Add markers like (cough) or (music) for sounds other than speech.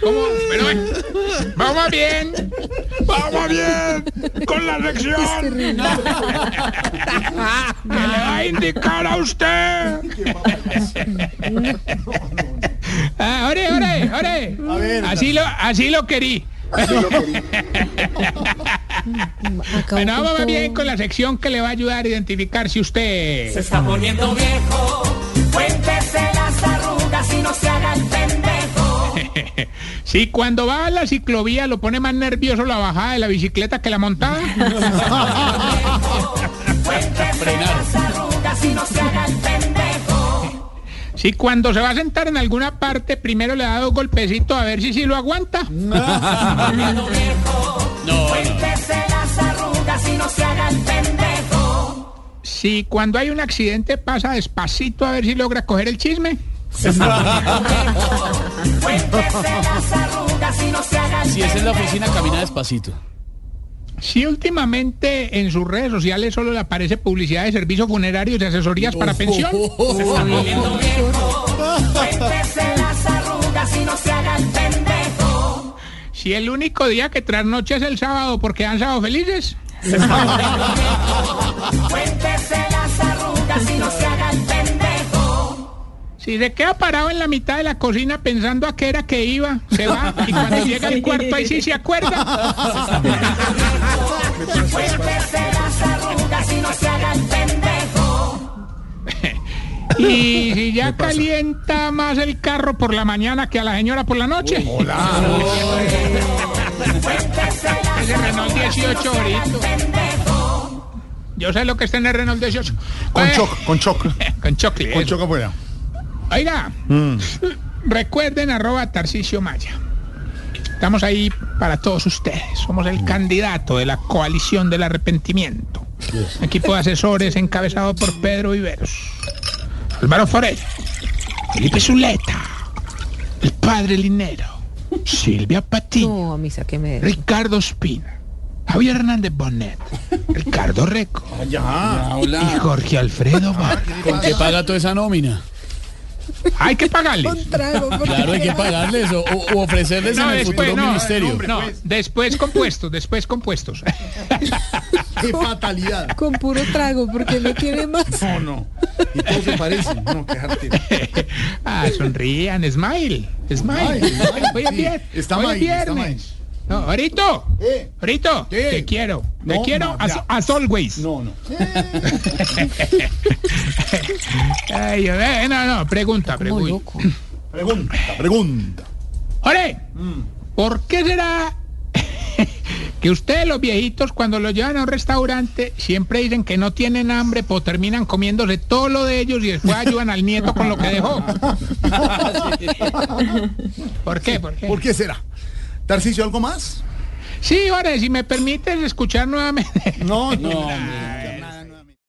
¿Cómo? Perdón. Vamos bien. Vamos bien. Con la lección. Que le va a indicar a usted. Ah, ore, ore, ore. A ver, Así lo, así lo querí. Acabó Bueno, vamos con bien todo. con la sección que le va a ayudar a identificar si usted. (laughs) está poniendo viejo. Cuéntese las arrugas y no se haga el pendejo. Si cuando va a la ciclovía lo pone más nervioso la bajada de la bicicleta que la montada. Cuéntese las arrugas y no se haga el pendejo. Si cuando se va a sentar en alguna parte primero le da dos golpecitos a ver si sí lo aguanta. Poniendo viejo. Cuéntese las arrugas y no se haga el pendejo. Si cuando hay un accidente pasa despacito a ver si logra coger el chisme. Cuéntese las arrugas y no se haga el Si es en la pendejo. oficina, camina despacito. Si últimamente en sus redes sociales solo le aparece publicidad de servicios funerarios y asesorías para pensión. Poniendo viejo. Cuéntese las arrugas y no se haga el pendejo. Si el único día que trasnoche es el sábado porque han sábado felices. Cuéntese las arrugas y no se haga el pendejo. Si se queda parado en la mitad de la cocina pensando a qué era que iba, se va. Y cuando llega al cuarto ahí sí se acuerda. Cuéntese las arrugas y no se haga el pendejo. Y si ya calienta más el carro por la mañana que a la señora por la noche. Cuéntese las Ese Renault arrugas y no 18 se haga el ahorita. pendejo. Yo sé lo que es tener Renault 18. Con Eh, choc, con choc. (laughs) Con chocle. Con eso. choc afuera. Mm. Oiga, recuerden arroba Tarcicio Maya. Estamos ahí para todos ustedes. Somos el candidato de la coalición del arrepentimiento. Equipo de asesores encabezado por Pedro Viveros, Álvaro Forel, Felipe Zuleta, el padre Linero, Silvia Patiño, No, a mí sáqueme de eso. Ricardo Espina, Javier Hernández (laughs) Bonet, Ricardo Reco Ya. y Hola. Jorge (laughs) Alfredo Vargas. ¿Con qué paga toda esa nómina? Hay que pagarles. Claro, hay que pagarles o, o- o ofrecerles No, en el después, futuro no, ministerio. No, pues. después compuestos, después compuestos. (laughs) Qué fatalidad. Con puro trago, porque no tiene más. No, no. Y todos se parecen. No, qué arte. ah, sonrían, smile, smile. Smile, Hoy es sí, vier- hoy es está mal, está mal. viernes. No, ahorito, Eh. ahorito, ¿Qué? te quiero, te No, quiero ma- as, ya. as always. No, no. Ay, eh, no, no, pregunta, Como pregunta. loco. Pregunta, pregunta. Ore, ¿por qué será (laughs) que ustedes los viejitos cuando los llevan a un restaurante siempre dicen que no tienen hambre, pues terminan comiéndose todo lo de ellos y después ayudan al nieto con lo que dejó? ¿Por qué? ¿Por qué? ¿Por qué será? ¿Tarcicio algo más? Sí, Ore, si me permites escuchar nuevamente. No, No, no. hombre,